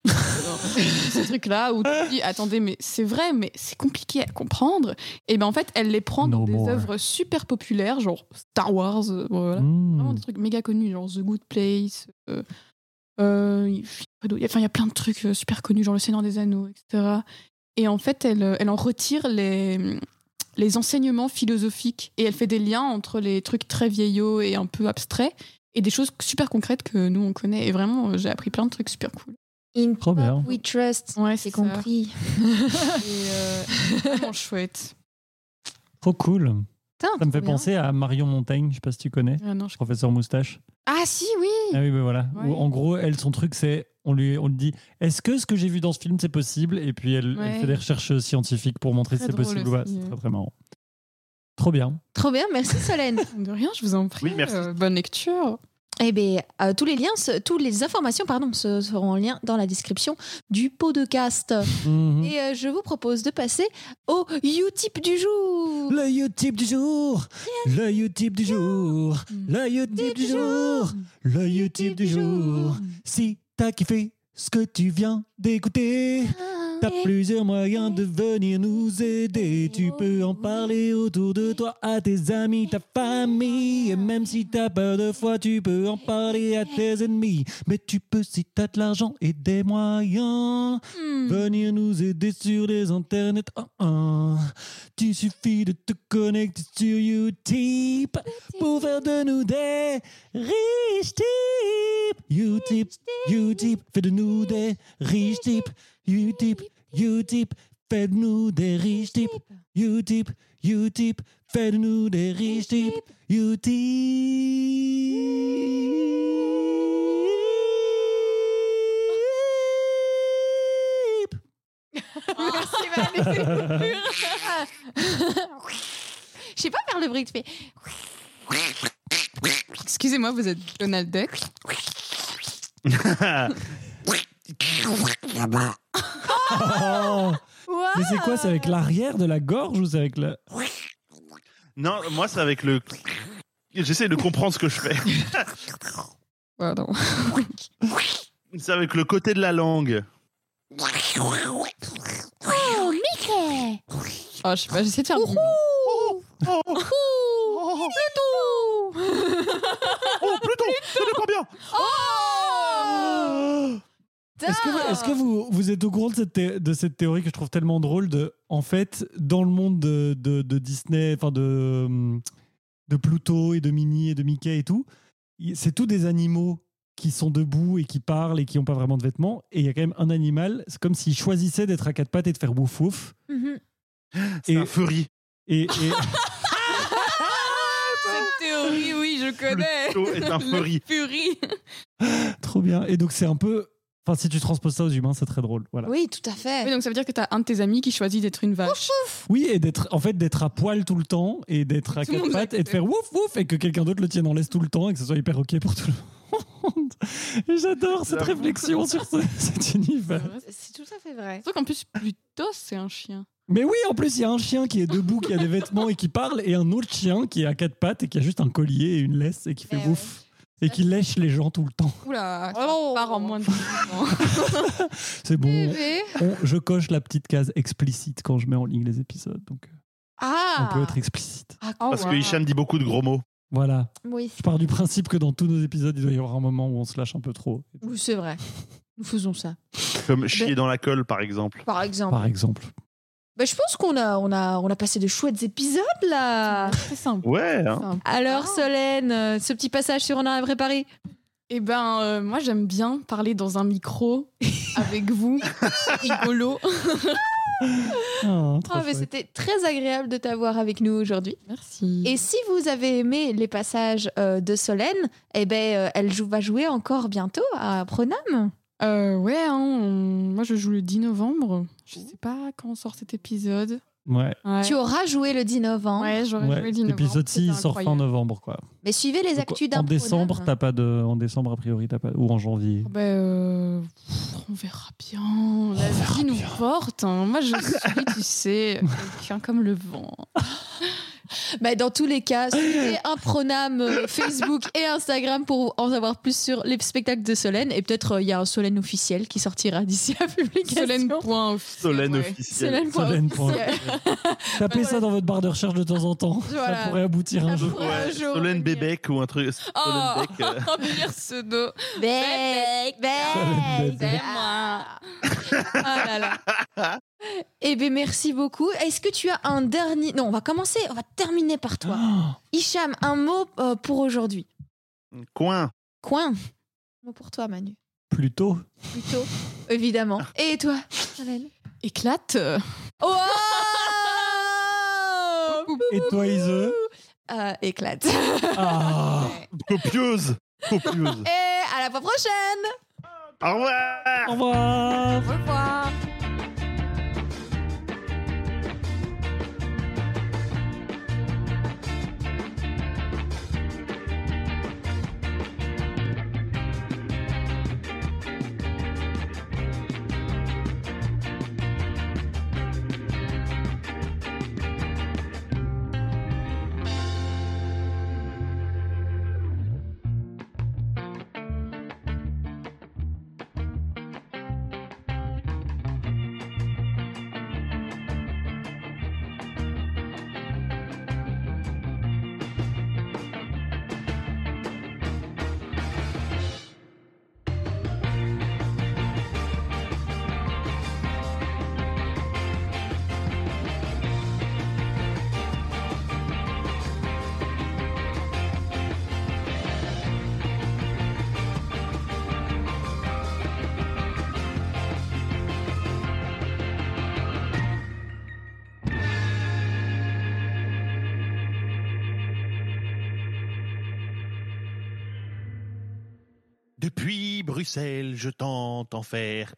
S4: Alors, Ces trucs-là où tu te dis, attendez, mais c'est vrai, mais c'est compliqué à comprendre. Et ben en fait, elle les prend dans
S2: No
S4: des
S2: more.
S4: œuvres super populaires, genre Star Wars, euh, voilà. vraiment
S2: Mmh.
S4: des trucs méga connus, genre The Good Place. euh, euh, il y a pas d'autre- enfin, il y a plein de trucs euh, super connus, genre Le Seigneur des Anneaux, etc. Et en fait, elle, euh, elle en retire les, les enseignements philosophiques et elle fait des liens entre les trucs très vieillots et un peu abstraits et des choses super concrètes que nous on connaît. Et vraiment, euh, j'ai appris plein de trucs super cool.
S7: In
S2: Trop bien.
S7: we trust.
S4: Ouais,
S7: C'est compris.
S4: euh, Vraiment chouette.
S2: Trop cool.
S1: Putain,
S2: Ça me fait
S1: trop bien.
S2: penser à Marion Montaigne, je sais pas si tu connais,
S4: Ah non, je-
S2: professeur moustache.
S7: Ah si, oui.
S2: Ah oui, ben voilà.
S4: Ouais.
S2: Où, En gros, elle, son truc, c'est on lui, on lui dit est-ce que ce que j'ai vu dans ce film, c'est possible Et puis elle, elle
S4: Ouais.
S2: fait des recherches scientifiques pour montrer si
S4: Très
S2: c'est
S4: drôle
S2: possible ou pas.
S4: aussi,
S2: C'est
S4: ouais.
S2: très, très marrant. Trop bien.
S1: Trop bien, merci Solène.
S4: De rien, je vous en prie.
S3: Oui, merci.
S4: Euh, bonne lecture.
S1: Eh bien, tous les liens, se- toutes les informations, pardon, se- seront en lien dans la description du podcast.
S2: Mhm.
S1: Et euh, je vous propose de passer au Utip du jour.
S2: Le Utip du jour, le Utip du jour, le Utip du jour, le Utip du jour. Si t'as kiffé ce que tu viens d'écouter, t'as plusieurs moyens de venir nous aider. Tu peux en parler autour de toi, à tes amis, ta famille. Et même si t'as pas de foi, tu peux en parler à tes ennemis. Mais tu peux, si t'as de l'argent et des moyens, venir nous aider sur les internets. Ah, ah. Tu suffit de te connecter sur Utip pour faire de nous des riches types. Utip, Utip, fais de nous des riches types. Utip, Utip, fais de nous des riches types. Utip, Utip, fais de nous des riches types. Utip.
S1: Je sais pas faire le bruit que tu fais.
S4: Excusez-moi, vous êtes Donald Duck.
S2: Oh. Mais c'est quoi C'est avec l'arrière de la gorge ou c'est avec la.
S3: non, moi c'est avec le. J'essaie de comprendre ce que je fais.
S4: Pardon.
S3: C'est avec le côté de la langue.
S4: Ah, je sais pas, j'essaie de faire.
S3: Oh, oh, oh, oh, Pluton C'est de combien
S1: Oh.
S2: Est-ce que, vous, est-ce que vous, vous êtes au courant de cette, thé- de cette théorie que je trouve tellement drôle de, en fait, dans le monde de, de- de Disney, enfin de, hum, de Pluto et de Minnie et de Mickey et tout, y- c'est tous des animaux qui sont debout et qui parlent et qui n'ont pas vraiment de vêtements. Et il y a quand même un animal, c'est comme s'il choisissait d'être à quatre pattes et de faire wouf wouf.
S1: Mhm.
S3: C'est
S2: Et-
S3: un furry.
S2: Et, et-
S1: Cette théorie, oui, je connais.
S3: Le est un furry.
S1: Furie.
S2: trop bien. Et donc c'est un peu. Enfin, si tu transposes ça aux humains, c'est très drôle. Voilà.
S1: Oui, tout à
S4: Oui,
S1: fait.
S4: donc ça veut dire que t'as un de tes amis qui choisit d'être une vache.
S2: Oui, et d'être en fait d'être à poil tout le temps et d'être à
S4: Tout le
S2: quatre
S4: monde
S2: pattes et de faire
S4: l'accepte.
S2: ouf ouf et que quelqu'un d'autre le tienne en laisse tout le temps et que ce soit hyper ok pour tout le monde. Et J'adore cette
S3: J'avoue.
S2: réflexion sur ce- cet univers.
S1: C'est tout à fait vrai.
S4: Sauf qu'en plus, Plutos, c'est un chien.
S2: Mais oui, en plus il y a un chien qui est debout, qui a des vêtements et qui parle et un autre chien qui est à quatre pattes et qui a juste un collier et une laisse et qui fait
S1: Eh ouais.
S2: ouf et qui lèche les gens tout le temps.
S4: Oula, ça
S1: Oh.
S4: part en moins de 10 ans.
S2: C'est
S4: Eh
S2: bon. on- je coche la petite case explicite quand je mets en ligne les épisodes, donc euh,
S1: Ah
S2: on peut être explicite.
S1: Ah,
S3: Parce que Hicham dit beaucoup de gros mots.
S2: Voilà.
S1: Oui,
S2: Je pars du principe que dans tous nos épisodes, il doit y avoir un moment où on se lâche un peu trop.
S1: oui c'est vrai. Nous faisons ça.
S3: Comme chier dans la colle, par exemple.
S1: Par exemple.
S2: Par exemple.
S1: Bah, je pense qu'on a, on a, on a passé de chouettes épisodes là.
S4: Ah, C'est simple.
S3: Ouais. hein.
S4: Simple.
S1: Alors
S4: Ah.
S1: Solène, euh, ce petit passage sur On a préparé.
S4: Eh ben, euh, moi j'aime bien parler dans un micro avec vous. C'est rigolo.
S2: Ah, trop
S1: Ah, mais
S2: chouette.
S1: C'était très agréable de t'avoir avec nous aujourd'hui.
S4: Merci.
S1: Et si vous avez aimé les passages euh, de Solène, eh ben, euh, elle jou- va jouer encore bientôt à Pronam.
S4: Euh, ouais, hein, on- moi je joue le 10 novembre. Je sais pas quand sort cet épisode.
S2: Ouais,
S4: Ouais,
S1: Tu auras joué le 10 novembre.
S4: ouais j'aurais
S2: ouais.
S4: joué le 10 novembre.
S2: L'épisode 6
S4: C'était
S2: il sort fin
S4: incroyable.
S2: novembre quoi.
S1: Mais suivez les
S2: Donc,
S1: actus d'un
S2: en décembre, t'as pas de en décembre a priori t'as pas ou en janvier.
S4: Ben, euh, pff, on verra bien. La
S2: verra
S4: vie nous
S2: bien.
S4: porte. hein. Moi, je suis, tu sais, quelqu'un comme le vent.
S1: Mais Bah, dans tous les cas, suivez un pronam euh, Facebook et Instagram pour en savoir plus sur les spectacles de Solène. Et peut-être euh, il y a un Solène officiel qui sortira d'ici la publication.
S4: Solène point officiel,
S3: Solène
S4: ouais.
S3: officielle.
S1: Solène point
S2: Solène point.
S1: officiel.
S2: Tapez ça dans votre barre de recherche de temps en temps.
S1: Voilà.
S2: Ça pourrait aboutir un
S1: Ça
S2: jour.
S1: pourrait- Ouais, un jour, on
S3: Solène
S1: va dire.
S3: Bébec ou un truc. Solène
S9: Oh.
S3: Bec, euh,
S9: Pire pseudo.
S1: Bec,
S2: Solène
S1: bec,
S2: bec.
S1: bec.
S9: Ah.
S1: Ah là là. Eh bien, merci beaucoup. Est-ce que tu as un dernier... Non, on va commencer, on va terminer par toi.
S2: Ah,
S1: Hicham, un mot euh, pour aujourd'hui.
S3: euh, Coin.
S1: Coin. Un mot pour toi, Manu.
S2: Plutôt.
S1: Plutôt, évidemment.
S2: Ah.
S1: Et toi, Solène
S4: Éclate.
S1: Oh
S2: Et toi Ise
S1: Euh, Éclate.
S2: ah.
S3: Copieuse. Copieuse.
S1: Et à la fois prochaine
S3: Au revoir.
S2: Au revoir.
S1: Au revoir
S3: Depuis Bruxelles, je tente en faire.